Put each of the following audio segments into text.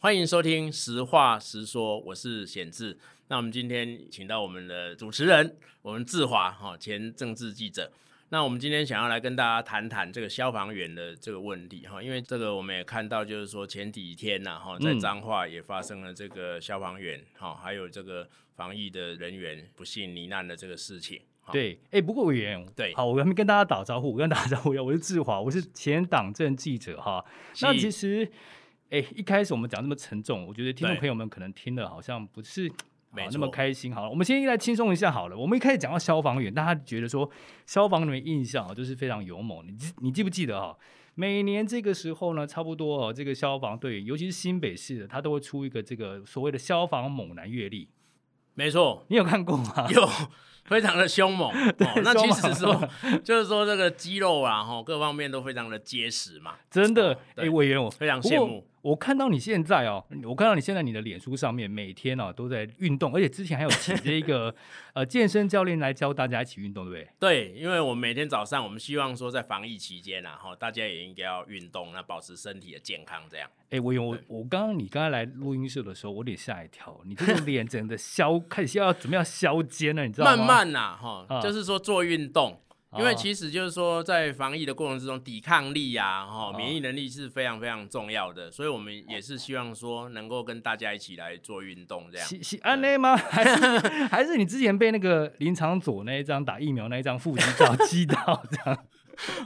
欢迎收听《实话实说》，我是显志。那我们今天请到我们的主持人，我们志华哈，前政治记者。那我们今天想要来跟大家谈谈这个消防员的这个问题哈，因为这个我们也看到，就是说前几天呐、哈，嗯在彰化也发生了这个消防员哈，还有这个防疫的人员不幸罹难的这个事情。哈，对，哎，不过委员，对好，我还没跟大家打招呼，我跟大家招呼一下，我是志华，我是前党政记者哈。那是其实，哎，一开始我们讲这么沉重，我觉得听众对朋友们可能听了好像不是。啊没那么错开心好了，我们先来轻松一下好了。我们一开始讲到消防员，大家觉得说消防员印象啊就是非常勇猛，你记你记不记得哈、每年这个时候呢，差不多哦，这个消防队，尤其是新北市的，他都会出一个这个所谓的消防猛男阅历，没错，你有看过吗？有 非常的凶 猛哦。那其实凶说，就是说这个肌肉啊，哈，各方面都非常的结实嘛，真的，哎、对委员我非常不羡过慕。我看到你现在哦，我看到你现在你的脸书上面每天哦都在运动，而且之前还有请这 个呃健身教练来教大家一起运动，对不对？对，因为我们每天早上，我们希望说在防疫期间啊，哈，大家也应该要运动，那保持身体的健康，这样。哎，我有我我刚刚你刚才来录音室的时候，我有点吓一跳，你 这个脸整的削开始要准备要削尖了，你知道吗？慢慢呐、哈、啊就是说做运动。因哦为其实就是说，在防疫的过程之中，抵抗力呀、哈、哦免疫能力是非常非常重要的，所以我们也是希望说能够跟大家一起来做运动，这样。喜喜安内吗？还是还是你之前被那个林长佐那一张打疫苗那一张腹肌照 击到这样？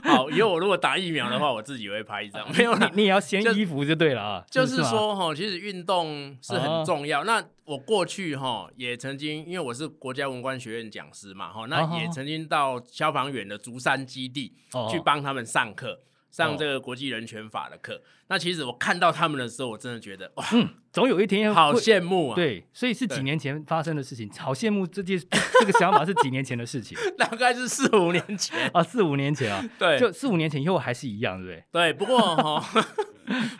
好，以后我如果打疫苗的话，我自己会拍一 张，没有啦，你你也要掀就衣服就对了啊！就是吗，啊说哈，其实运动是很重要。那我过去哈也曾经，因为我是国家文官学院讲师嘛哈，哦那也曾经到消防员的竹山基地哦去帮他们上课，上这个国际人权法的课。那其实我看到他们的时候，我真的觉得哇，总有一天好会羡慕啊！，对，所以是对几年前发生的事情，好羡慕这件这个想法是几年前的事情 大概是四五年前 ，啊，四五年 前啊，对，就四五年前以后还是一样，对不对？对，不过 哈，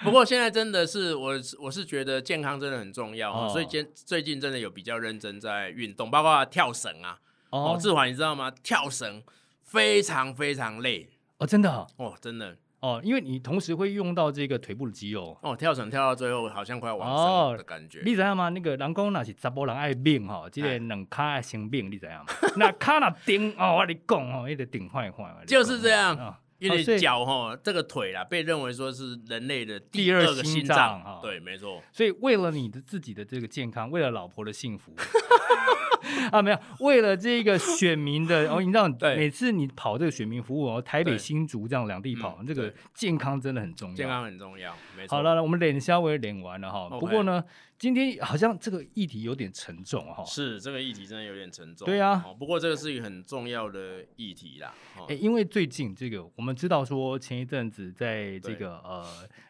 不过现在真的是我是我是觉得健康真的很重要哈，哦所以今最近真的有比较认真在运动，包括跳绳啊。哦，哦志华你知道吗？跳绳非常非常累哦，真的啊哦，真的哦，因为你同时会用到这个腿部的肌肉。哦，跳绳跳到最后好像快要往生的感觉。哦你知道吗？那个人讲那是查甫人爱病吼，这哎个两骹爱生病，你知道吗？ 那骹那顶哦，我跟你讲哦，一直顶坏坏。我跟你讲就是这样啊因哦所为以脚哈，这个腿啦，被认为说是人类的第二个心心脏脏。哦对，没错，所以为了你的自己的这个健康，为了老婆的幸福 啊，没有，为了这个选民的，哦，你知道，对每次你跑这个选民服务哦，台北、对新竹这样两地跑，嗯这个对健康真的很重要。健康很重要。没错。哦哎好了，我们脸稍微脸完了哈，不 OK 过呢，今天好像这个议题有点沉重哈。是这个议题真的有点沉重。对啊哎哦不过这个是一个很重要的议题啦。哦诶，因为最近这个我们知道说，前一阵子在这个呃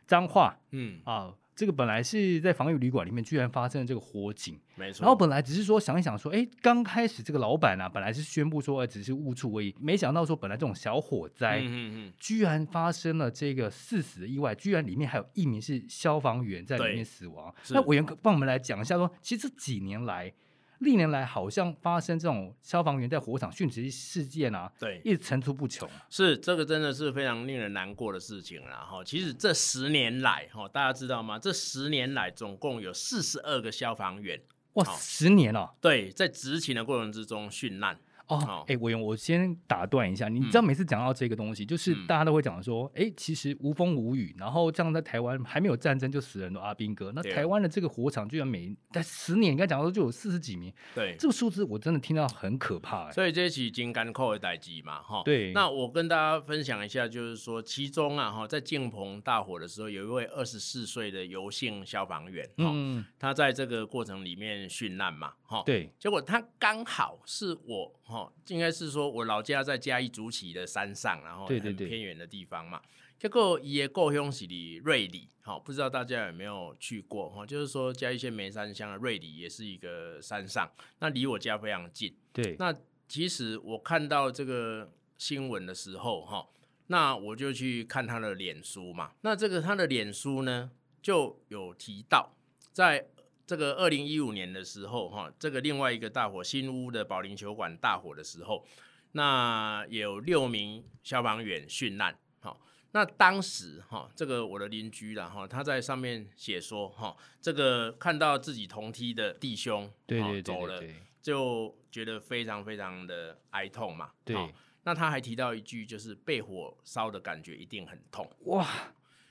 彰化嗯，啊，这个本来是在防疫旅馆里面，居然发生了这个火警，没错。然后本来只是说想一想说，哎，刚开始这个老板啊，本来是宣布说，哎，只是误触而已，没想到说本来这种小火灾，嗯嗯居然发生了这个四死的意外，居然里面还有一名是消防员在里对面死亡。是那委员帮我们来讲一下说，其实这几年来，历年来好像发生这种消防员在火场殉职事件啊，嗯，对，一直层出不穷。啊是这个真的是非常令人难过的事情啦。哈，其实这十年来，哈，大家知道吗？这十年来总共有四十二个消防员哇，好十年哦了、对在执勤的过程之中殉难。哦好，哎、委员，我先打断一下，你知道每次讲到这个东西，就是嗯大家都会讲说，哎、其实无风无雨，然后这样在台湾还没有战争就死了很多阿兵哥，那对啊台湾的这个火场居然每在十年，应该讲说就有四十几名，对，这个数字我真的听到很可怕、哎，所以这起金干扣的代机嘛，哈。对那我跟大家分享一下，就是说，其中啊，哈，在敬鹏大火的时候，有一位二十四岁的游姓消防员，哈、嗯，他在这个过程里面殉难嘛，哈。。对，结果他刚好是我哈、哦，应该是说我老家在嘉义竹崎的山上，然后对对很对偏远的地方嘛。结果也够凶是的瑞里，好、不知道大家有没有去过哈、哦？就是说嘉义县梅山乡的瑞里也是一个山上，那离我家非常近。对，那其实我看到这个新闻的时候哈、那我就去看他的脸书嘛。那这个他的脸书呢，就有提到，在这个二零一五年的时候，哈，这个另外一个大火新屋的保龄球馆大火的时候，那有六名消防员殉难。好，那当时哈，这个我的邻居啦哈，他在上面写说哈，这个看到自己同梯的弟兄对哈对对走对了，对就觉得非常非常的哀痛嘛。对好那他还提到一句，就是被火烧的感觉一定很痛。哇，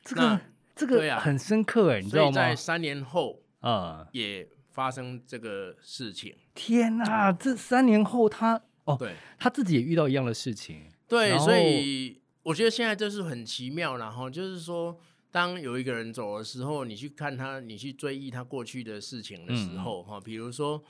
这那个这对个啊很深刻哎，你知所道以在吗？三年后啊、也发生这个事情。天哪、这三年后他哦，对他自己也遇到一样的事情，对，然后所以我觉得现在就是很奇妙啦，然后就是说，当有一个人走的时候，你去看他，你去追忆他过去的事情的时嗯候，哈、比如说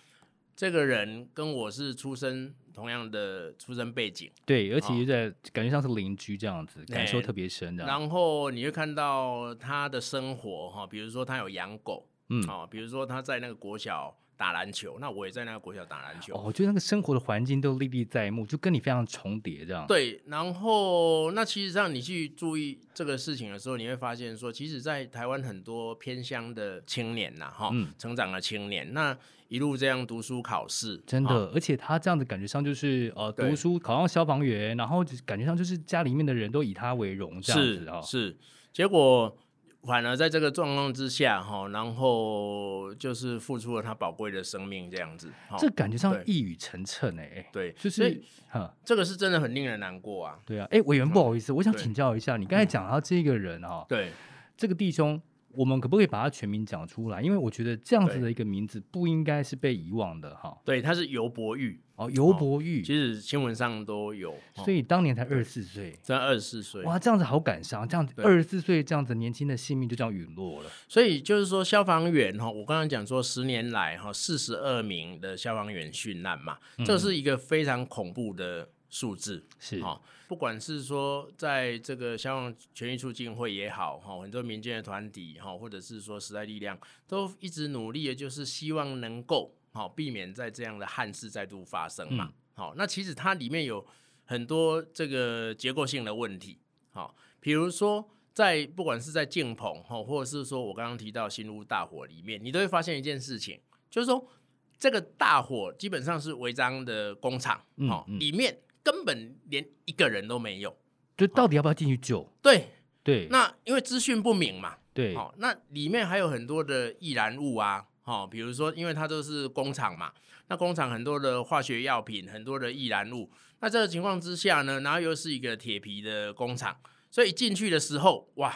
这个人跟我是出身同样的出身背景，对，而且哦又在、感觉像是邻居这样子，感受哎特别深的，然后你会看到他的生活，哈、比如说他有养狗，嗯，哦，比如说他在那个国小打篮球，那我也在那个国小打篮球，哦，就那个生活的环境都历历在目，就跟你非常重叠这样，对，然后那其实让你去注意这个事情的时候，你会发现说，其实，在台湾很多偏乡的青年呐、哈、嗯成长的青年，那一路这样读书考试，哦真的，哈而且他这样子感觉上就是呃，啊对读书考上消防员，然后就感觉上就是家里面的人都以他为荣这样是子哦，是，结果反而在这个状况之下，哈、然后就是付出了他宝贵的生命，这样子，哈、这感觉上对一语成谶哎、哎对，就所以是哈。这个是真的很令人难过啊，对啊，哎，委员不好意思，我想对嗯请教一下，你刚才讲到这个人哦，对，这个弟兄，我们可不可以把他全名讲出来？因为我觉得这样子对的一个名字不应该是被遗忘的哈。对，他是尤伯玉，哦，尤伯玉，其实新闻上都有，哈所以当年才二十四岁，在二十四岁，哇，这样子好感伤，这样子对二十四岁这样子年轻的性命就这样陨落了。所以就是说，消防员哈，我刚刚讲说，十年来哈，四十二名的消防员殉难嘛，嗯这是一个非常恐怖的数字。是，哦，不管是说在这个消防权益促进会也好，哈，很多民间的团体哈，或者是说时代力量，都一直努力的，就是希望能够好避免在这样的憾事再度发生嘛嗯。好、那其实它里面有很多这个结构性的问题，好、比如说在不管是在敬棚哈，哦或者是说我刚刚提到新屋大火里面，你都会发现一件事情，就是说这个大火基本上是违章的工厂，嗯哦，嗯里面根本连一个人都没有。就到底要不要进去救？对，对，那因为资讯不明嘛，对，哦，那里面还有很多的易燃物啊，哦，比如说，因为它都是工厂嘛，那工厂很多的化学药品，很多的易燃物，那这个情况之下呢，然后又是一个铁皮的工厂，所以一进去的时候，哇，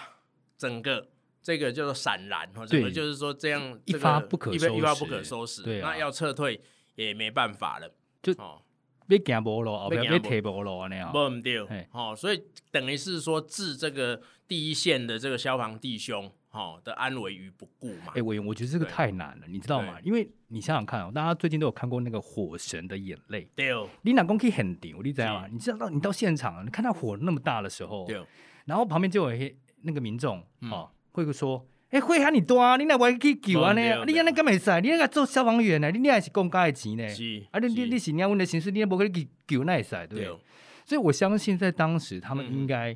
整个。这个叫做闪燃，哦，整个对就是说这样一这个发不可一发一发收拾不可收拾，对啊那要撤退也没办法了，就哦，被干波了，哦，不要被被走贴波了那样。不唔对嘿，哦，所以等于是说置这个第一线的这个消防弟兄，哦的安危于不顾嘛哎，。委员，我觉得这个对太难了，你知道吗？因为你想想看哦，大家最近都有看过那个《火神的眼泪》，对你老公可以很牛，你知道吗？你知道你到现场，你看到火那么大的时候，对然后旁边就有一些那个民众嗯哦，会说：“哎，会喊你多啊，你哪会去救啊呢对？对你安尼干没使？你那个做消防员呢？你你还是公家的钱呢？是啊，你你是你是领阮的薪水，你也不可以去救那会使对不对对？”所以我相信在当时他们嗯应该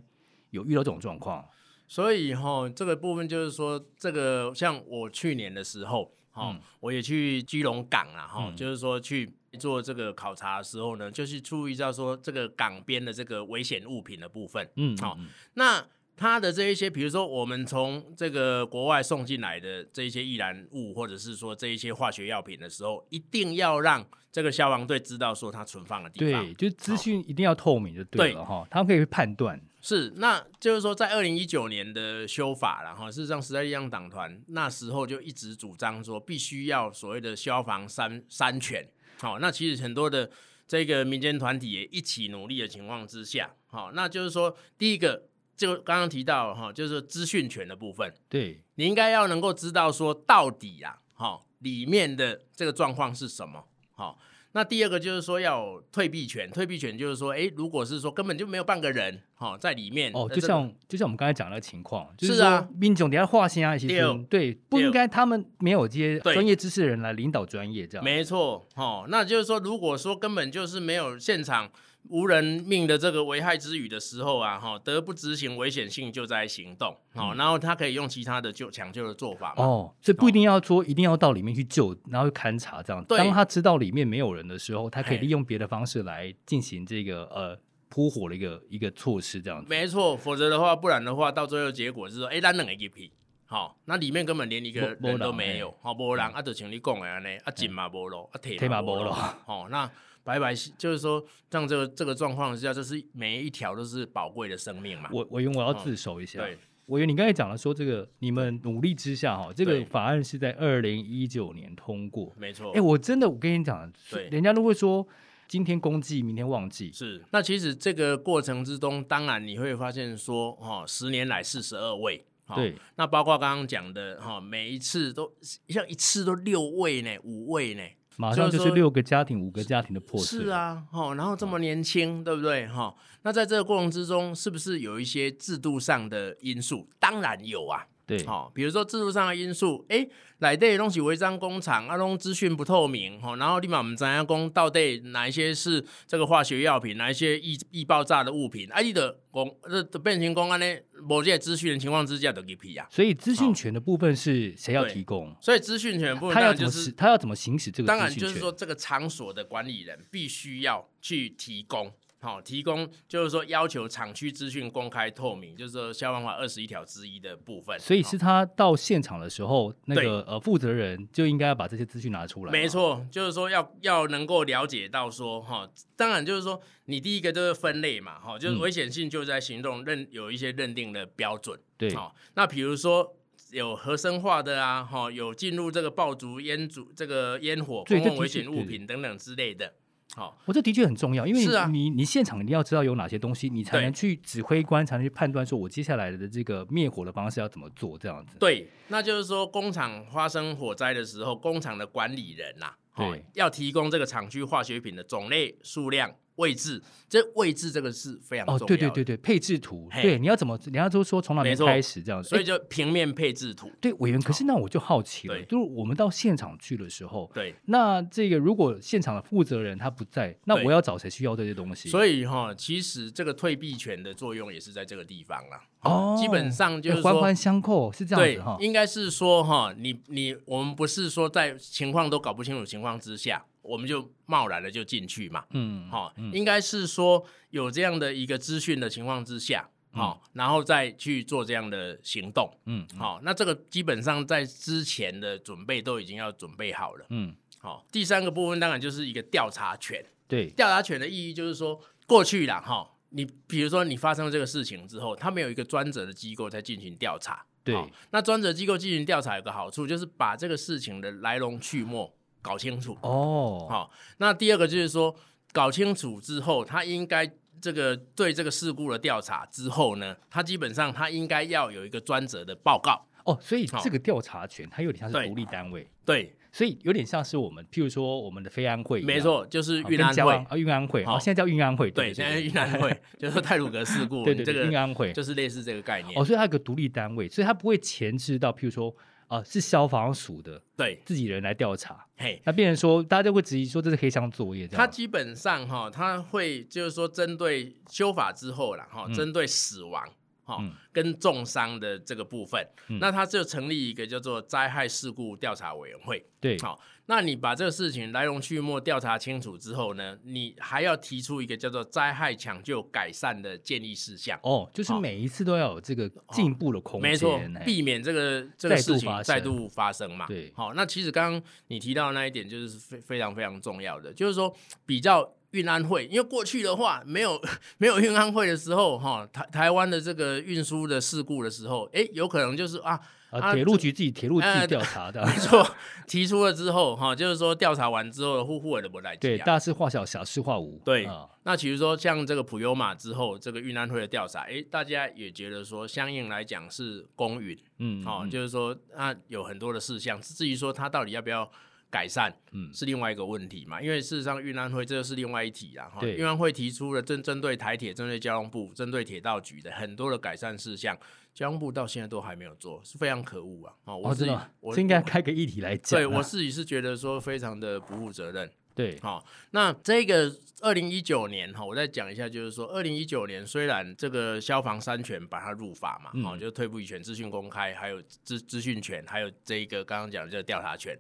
有遇到这种状况。所以哈、哦，这个部分就是说，这个像我去年的时候，哈、哦嗯我也去基隆港啦，哈、嗯就是说去做这个考察的时候呢，就是注意到说这个港边的这个危险物品的部分，嗯，好嗯，嗯那它的这一些，比如说我们从这个国外送进来的这一些易燃物，或者是说这一些化学药品的时候，一定要让这个消防队知道说它存放的地方。对，就是资讯一定要透明就对了哈，他们可以判断。是，那就是说，在二零一九年的修法然后事实上，时代力量党团那时候就一直主张说，必须要所谓的消防三三权。好、那其实很多的这个民间团体也一起努力的情况之下，好、那就是说，第一个就刚刚提到哈、就是说资讯权的部分，对，你应该要能够知道说到底啊，哈、里面的这个状况是什么，好、那第二个就是说要有退避权，退避权就是说，诶，如果是说根本就没有半个人，哈、在里面哦，呃就这个像就像我们刚才讲的情况，就是啊说民众底下划线啊，其对实对，不应该他们没有这些对专业知识的人来领导专业这样。没错，哦，那就是说，如果说根本就是没有现场无人命的这个危害之语的时候啊，哈、得不执行危险性救灾行动，嗯哦，然后他可以用其他的救抢救的做法嘛，啊哦，所以不一定要说一定要到里面去救，然后去勘察这样。对当他知道里面没有人的时候，他可以嘿利用别的方式来进行这个呃扑火的一个一个措施，这样子。没错，否则的话，不然的话，到最后结果是说，哎、咱两个 A P，好，那里面根本连一个没人都人嗯没有，好，无人啊，就像你讲的安尼，啊，进嘛无路，啊，退退嘛无没路哦，那白白就是说，让这个这个状况之下，这是每一条都是宝贵的生命嘛，我啊我用我要自首一下。嗯对，我以为你刚才讲了说这个，你们努力之下哈，这个对法案是在二零一九年通过。没错。哎、我真的，我跟你讲，哦对人家都会说今天公祭，明天忘记。是，那其实这个过程之中，当然你会发现说，哦，十年来四十二位，哦、对，那包括刚刚讲的，哈、哦，每一次都像一次都六位呢，五位呢，马上就就是是说六个家庭、五个家庭的破碎。是，啊，哦，然后这么年轻，对不对？哈、那在这个过程之中，是不是有一些制度上的因素？当然有啊，对，哦，比如说制度上的因素，诶，内底拢是违章工厂，啊，拢资讯不透明，吼、然后立马我们怎样讲到底哪一些是这个化学药品，哪一些易易爆炸的物品，啊，你的公这这变成公安呢，某些资讯的情况之下就给批啊，所以资讯权的部分是谁要提供？所以资讯权部分他当要然怎就么是使？他要怎么行使这个当资然讯权？就是说，这个场所的管理人必须要去提供，好、提供就是说要求厂区资讯公开透明，就是说消防法二十一条之一的部分。所以好是他到现场的时候，那对个呃负责人就应该要把这些资讯拿出来。啊没，错，就是说要要能够了解到说哈、当然就是说你第一个就是分类嘛，哈、就是嗯危险性就在行动认有一些认定的标准。对，好、那比如说有核生化的啊，哈、有进入这个爆竹、烟竹、这个烟火、对公这共的危确险物对品等等之类的。好、我这的确很重要，因为是啊你你现场一定要知道有哪些东西，你才能去指挥官，才能去判断说我接下来的这个灭火的方式要怎么做，这样子。哦对，那就是说工厂发生火灾的时候，工厂的管理人呐、哦对，要提供这个厂区化学品的种类、数量、位置，这位置这个是非常重哦，要的。对对对对，配置图，嘿对，你要怎么，人家都说从哪边没错开始这样子。所以诶就平面配置图，对委员，可是那我就好奇了，对就是我们到现场去的时候，对，那这个如果现场的负责人他不在，那对我要找谁去要这些东西？以所以哈、其实这个退避权的作用也是在这个地方啦。哦基本上就是环说环相扣，是这样对子哈，。应该是说哈，你你我们不是说在情况都搞不清楚情况之下，我们就贸然的就进去嘛，嗯，哈、应该是说有这样的一个资讯的情况之下，好、然后再去做这样的行动，嗯好、那这个基本上在之前的准备都已经要准备好了，嗯，好、第三个部分当然就是一个调查权，对，调查权的意义就是说，过去啦哈，你比如说你发生了这个事情之后，他们有一个专责的机构在进行调查。对好那专责机构进行调查有个好处，就是把这个事情的来龙去脉搞清楚。哦，好、那第二个就是说，搞清楚之后，他应该这个对这个事故的调查之后呢，他基本上他应该要有一个专责的报告。哦，所以好这个调查权它有点像是对独立单位，对，所以有点像是我们，譬如说我们的非安会，没，错，就是啊运跟安交会往。啊，运安会，好哦，现在叫运安会，对，现在运安会 就是说泰鲁格事故，对你对这对，运个安会，就是类似这个概念。哦，所以它有个独立单位，所以它不会前置到，譬如说啊、呃是消防署的对，自己人来调查，嘿，那变成说大家就会质疑说这是黑箱作业这它样。基本上哈、它会就是说针对修法之后啦，哈、嗯针对死亡哈、嗯跟重伤的这个部分，嗯那它就成立一个叫做灾害事故调查委员会。对，好、那你把这个事情来龙去脉调查清楚之后呢，你还要提出一个叫做灾害抢救改善的建议事项。哦，就是好每一次都要有这个进步的空间，没错哎，避免这个这个事再度发情生再度发生嘛。对好、那其实刚刚你提到的那一点就是非非常非常重要的，就是说比较运安会，因为过去的话没有 没有运安会的时候，哈、台台湾的这个运输的事故的时候，哎，有可能就是啊，啊，啊铁路局自己铁路自己呃调查的， 没错，提出了之后，哈、就是说调查完之后，户户也不来对，啊。大事化小，小事化无，对啊，那其实说像这个普悠玛之后，这个运安会的调查，哎，大家也觉得说，相应来讲是公允，嗯，哦，嗯就是说那有很多的事项，至于说他到底要不要改善，嗯是另外一个问题嘛。因为事实上，运安会这就是另外一题啦。哈，对运安会提出了针针对台铁、针对交通部、针对铁道局的很多的改善事项，交通部到现在都还没有做，是非常可恶啊！哦，我哦，自真己、的吗，我这应该开个议题来讲啊。对我自己是觉得说非常的不负责任。对好、那这个二零一九年哈、我再讲一下，就是说二零一九年虽然这个消防三权把它入法嘛，嗯哦，就是退步一权、资讯公开，还有资资讯权，还有这一个刚刚讲的这个调查权，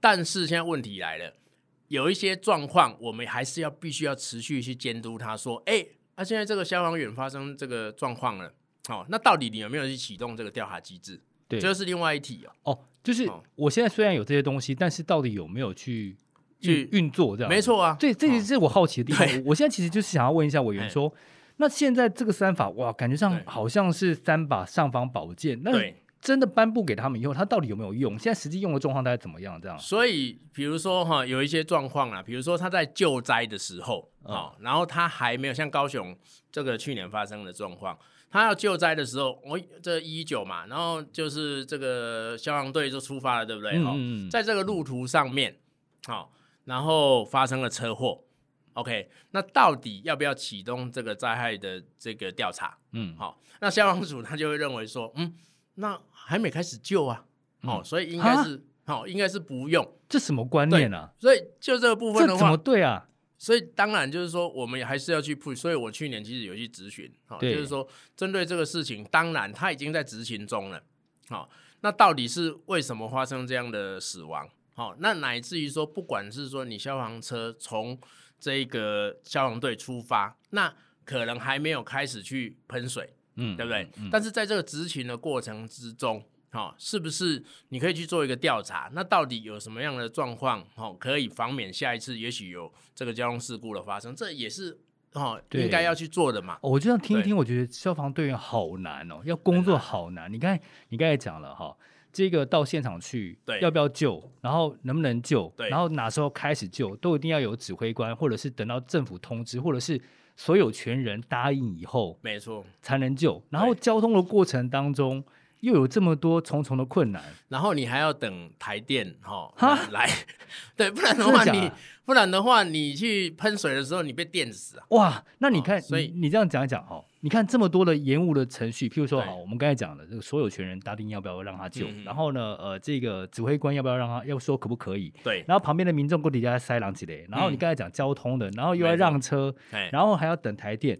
但是现在问题来了，有一些状况我们还是要必须要持续去监督他，说，哎、啊，现在这个消防员发生这个状况了，好、那到底你有没有去启动这个调查机制？对这是另外一题哦。哦，就是哦我现在虽然有这些东西，但是到底有没有去去运运作这样？没，错啊，对，这哦个是我好奇的地方。对我我现在其实就是想要问一下委员哎说，那现在这个三把哇，感觉上对好像是三把尚方宝剑，那对，真的颁布给他们以后，它到底有没有用？现在实际用的状况大概怎么样？这样所以比如说哈，有一些状况啊，比如说他在救灾的时候啊、嗯哦然后他还没有像高雄这个去年发生的状况，他要救灾的时候，我、这一九嘛，然后就是这个消防队就出发了，对不对？哦嗯嗯嗯在这个路途上面，好、然后发生了车祸。OK，那到底要不要启动这个灾害的这个调查？嗯，好、那消防署他就会认为说，嗯，那还没开始救啊，哦，嗯所以应该啊是，好、应该是不用。这什么观念啊？所以就这个部分这的怎么话，对啊？所以当然就是说，我们也还是要去 push。所以我去年其实有去咨询，好、对就是说针对这个事情，当然它已经在执行中了，好、那到底是为什么发生这样的死亡？好、那乃至于说，不管是说你消防车从这个消防队出发，那可能还没有开始去喷水，嗯，对不对？嗯但是在这个执勤的过程之中，哦，是不是你可以去做一个调查？那到底有什么样的状况，哦，可以防免下一次也许有这个交通事故的发生？这也是哦，对应该要去做的嘛。哦我就这样听一听，我觉得消防队员好难哦，要工作好难。你看，你刚才讲了哈，这个到现场去，对要不要救，然后能不能救，对然后哪时候开始救，都一定要有指挥官，或者是等到政府通知，或者是所有权人答应以后没错。才能救。然后交通的过程当中又有这么多重重的困难，然后你还要等台电哈、哈哦、来，对，不然的话真的假的你不然的话你去喷水的时候你被电死啊。哇，那你看，哦所以你你这样讲一讲哦，你看这么多的延误的程序，譬如说，对好，我们刚才讲的这个所有权人答应要不要让他救，嗯然后呢，呃，这个指挥官要不要让他要说可不可以，对，嗯然后旁边的民众过底下塞狼几嘞，然后你刚才讲交通的，然后又要没错让车，哎，然后还要等台电，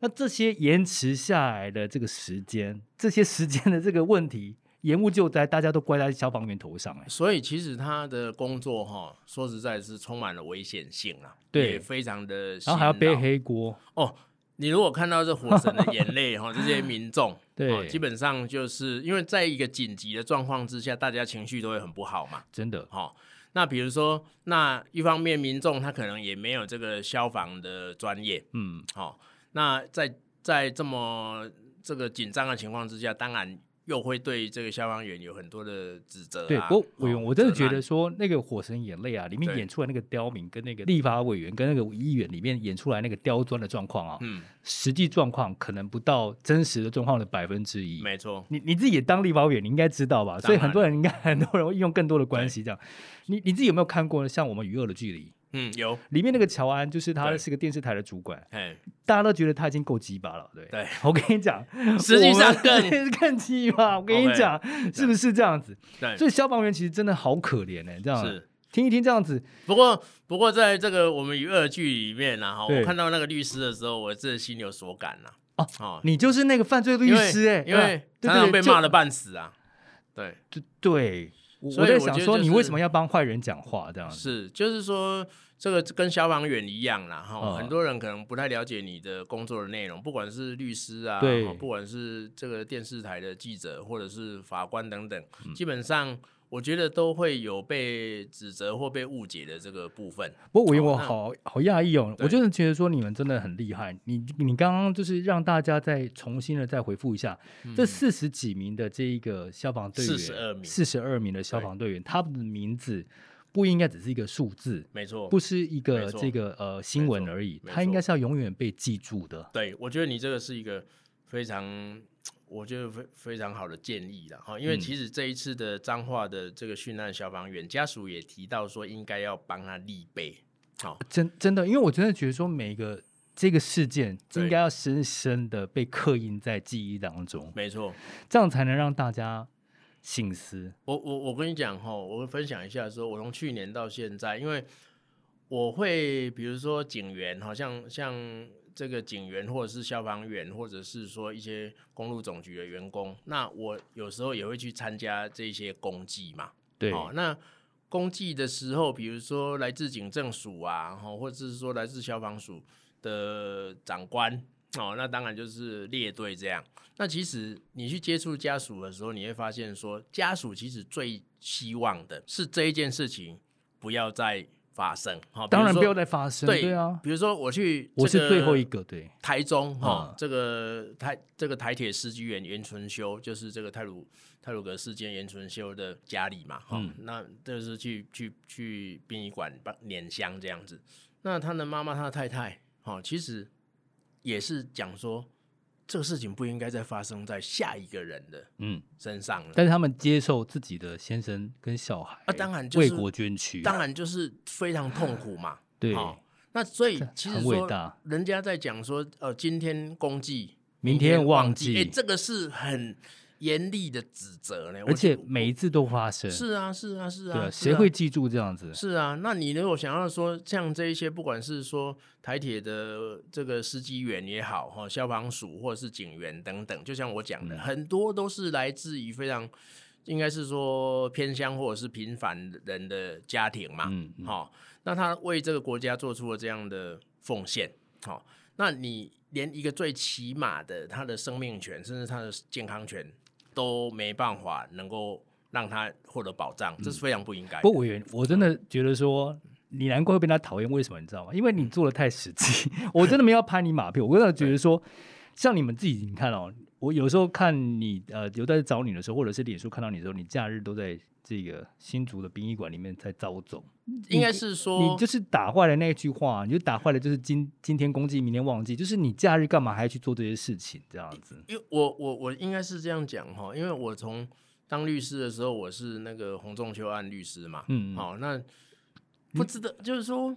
那这些延迟下来的这个时间，这些时间的这个问题，延误救灾，大家都怪在消防员头上哎、所以其实他的工作哈、哦，说实在是充满了危险性啊，对也非常的，然后还要背黑锅，哦，你如果看到这火神的眼泪哈，这些民众， 对哦基本上就是因为在一个紧急的状况之下，大家情绪都会很不好嘛，真的，哈、那比如说，那一方面民众他可能也没有这个消防的专业，嗯，哦，那在在这么这个紧张的情况之下，当然又会对这个消防员有很多的指责、啊。对，不过委员，哦我真的觉责得难说那个《火神眼泪》啊，里面对演出来那个刁民跟那个立法委员跟那个议员里面演出来那个刁钻的状况啊，嗯，实际状况可能不到真实的状况的百分之一。没错，你你自己也当立法委员，你应该知道吧？所以当然很多人应该很多人会用更多的关系这样。你你自己有没有看过像我们《与恶的距离》嗯，有，里面那个乔安，就是他对是个电视台的主管，哎，大家都觉得他已经够鸡巴了，对不对， 我跟你讲，实际上 我更们更鸡巴。我跟你 OK，讲，是不是这样子？对，所以消防员其实真的好可怜欸呢、这样是。听一听这样子，不过，不过在这个我们娱乐剧里面呢、啊，哈，对我看到那个律师的时候，我这心有所感呐、哦哦，你就是那个犯罪律师哎、因为对常吧常被骂的，对半死啊，对，对就对。我所我以在我想觉得说，就你是为什么要帮坏人讲话这样子？是，就是说这个跟消防员一样啊啦，哈、嗯很多人可能不太了解你的工作的内容，不管是律师啊，对哦不管是这个电视台的记者或者是法官等等，嗯基本上。我觉得都会有被指责或被误解的这个部分。不过我哦我那好好讶异哦，对我真的觉得说你们真的很厉害。你你刚刚就是让大家再重新的再回复一下，嗯这四十几名的这一个消防队员， 42名四十二名的消防队员，他们的名字不应该只是一个数字，没错，不是一没个错这个呃新闻没错而已，没他应错该是要永远被记住的。对，我觉得你这个是一个非常，我觉得非非常好的建议了哈。因为嗯其实这一次的彰化的这个殉难消防员家属也提到说，应该要帮他立碑。好、真真的，因为我真的觉得说每一个这个事件对应该要深深的被刻印在记忆当中，没错。这样才能让大家醒思。我我我跟你讲哈，我会分享一下说，我从去年到现在，因为我会比如说警员，好像像这个警员或者是消防员，或者是说一些公路总局的员工，那我有时候也会去参加这些公祭嘛。对，哦，那公祭的时候，比如说来自警政署啊，哦，或者是说来自消防署的长官，哦，那当然就是列队这样。那其实你去接触家属的时候，你会发现说，家属其实最希望的是这一件事情不要再发生。好、哦，比如当然不说要再发生，对对啊，比如说我去、我是最后一个，对，台中哈、哦嗯这个台这个台铁司机员袁春修，就是这个泰鲁泰鲁格事件袁春修的家里嘛，哈、嗯那就是去去去殡仪馆帮捻香这样子。那他的妈妈，他的太太，哦，其实也是讲说，这个事情不应该再发生在下一个人的嗯，身上了。但是他们接受自己的先生跟小孩，啊当然就是为国捐躯，当然就是非常痛苦嘛，对，哦那所以其实很伟说，大人家在讲说，呃，今天公祭，明天天忘记，记哎、这个是很严厉的指责呢。我而且觉每一次都发生，是啊，是啊，是对啊，啊，是谁啊会记住这样子？是啊，那你如果想要说像这一些，不管是说台铁的这个司机员也好，哈，消防署或者是警员等等，就像我讲嗯的，很多都是来自于非常，应该是说偏乡或者是平凡人的家庭嘛，嗯，嗯好、那他为这个国家做出了这样的奉献，好、那你连一个最起码的他的生命权，甚至他的健康权都没办法能够让他获得保障，这是非常不应该的。嗯不过委员，我真的觉得说。你难怪会被他讨厌，为什么你知道吗？因为你嗯做的太实际。 我真的没有要拍你马屁，我真的觉得说，像你们自己，你看哦，我有时候看你呃，有在找你的时候，或者是脸书看到你的时候，你假日都在这个新竹的殡仪馆里面在遭走。应该是说，你就是打坏了那句话，你就打坏了，就是今今天公祭，明天忘记，就是你假日干嘛还去做这些事情？这样子，因为我我我应该是这样讲哈，因为我从当律师的时候，我是那个洪仲秋案律师嘛，嗯，好、那不知道，就是说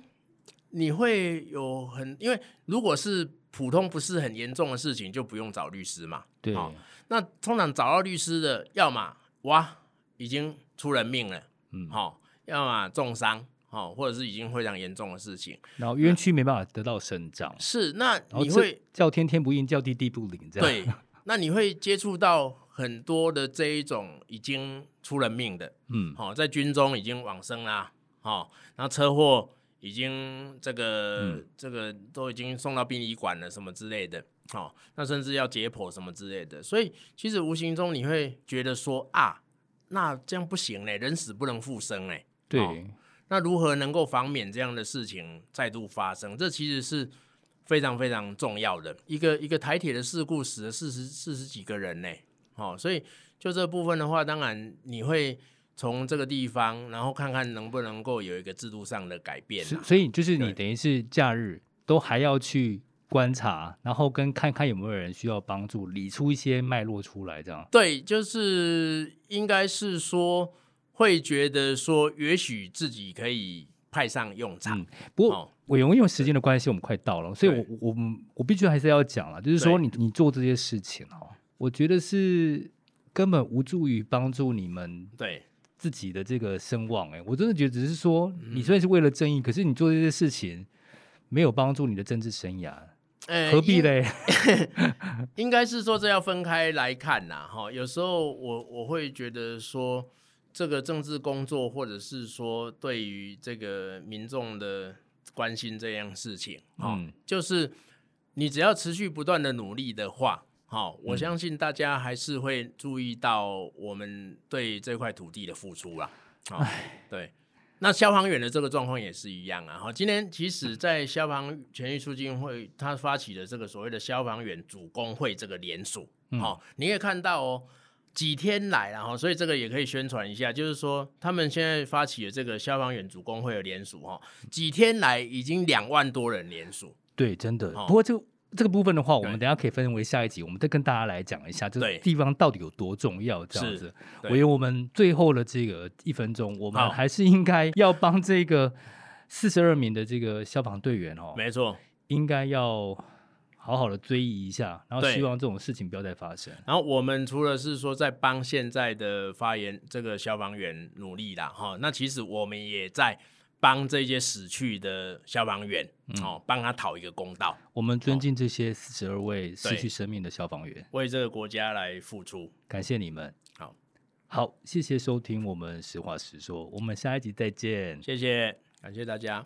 你会有很，因为如果是普通不是很严重的事情，就不用找律师嘛。对，好那通常找到律师的，要么哇已经出人命了，嗯好、要么重伤，好、或者是已经非常严重的事情。然后冤屈没办法得到伸张，是，那然后你哦这会叫天天不应，叫地地不灵，这样，对，那你会接触到很多的这一种已经出人命的，嗯，好、在军中已经往生啦，好、然后车祸已经这个、这个都已经送到殡仪馆了，什么之类的，好、那甚至要解剖什么之类的，所以其实无形中你会觉得说啊，那这样不行嘞，人死不能复生嘞，对，哦那如何能够防免这样的事情再度发生？这其实是非常非常重要的。一个一个台铁的事故死了四十四十几个人呢、哦，所以就这部分的话，当然你会从这个地方，然后看看能不能够有一个制度上的改变、所啊。所以就是你对等于是假日都还要去观察，然后跟看看有没有人需要帮助，理出一些脉络出来，这样。对，就是应该是说会觉得说，也许自己可以派上用场。嗯不过哦我因为时间的关系，我们快到了，所以我对我们我必须还是要讲了，就是说对你你做这些事情哦，我觉得是根本无助于帮助你们对，自己的这个声望。哎，我真的觉得只是说，嗯你虽然是为了正义，可是你做这些事情没有帮助你的政治生涯，呃何必因嘞？ 应该是说这要分开来看啦，哈，有时候我我会觉得说，这个政治工作或者是说对于这个民众的关心这样事情，哦哈、嗯就是你只要持续不断的努力的话，哈、我嗯相信大家还是会注意到我们对这块土地的付出啦，啊、对。那消防员的这个状况也是一样啊。哈，今天其嗯实，在消防权益促进会，他发起的这个所谓的消防员主工会这个联署，嗯哦，你也看到哦，几天来然后，所以这个也可以宣传一下，就是说他们现在发起的这个消防员主工会的联署，哈，几天来已经两万多人联署，对，真的。哦不过这个这个部分的话，我对们等一下可以分为下一集，我们再跟大家来讲一下这个对地方到底有多重要。这样是子，我对觉得我们最后的这个一分钟，我们好还是应该要帮这个四十二名的这个消防队员哦，没错。应该要好好的追忆一下，然后对希望这种事情不要再发生。然后我们除了是说在帮现在的发言这个消防员努力啦，哈，那其实我们也在帮这些死去的消防员、哦，帮他讨一个公道，我们尊敬这些四十二位失对去生命的消防员，为这个国家来付出。感谢你们。好，好，谢谢收听我们实话实说，我们下一集再见。谢谢，感谢大家。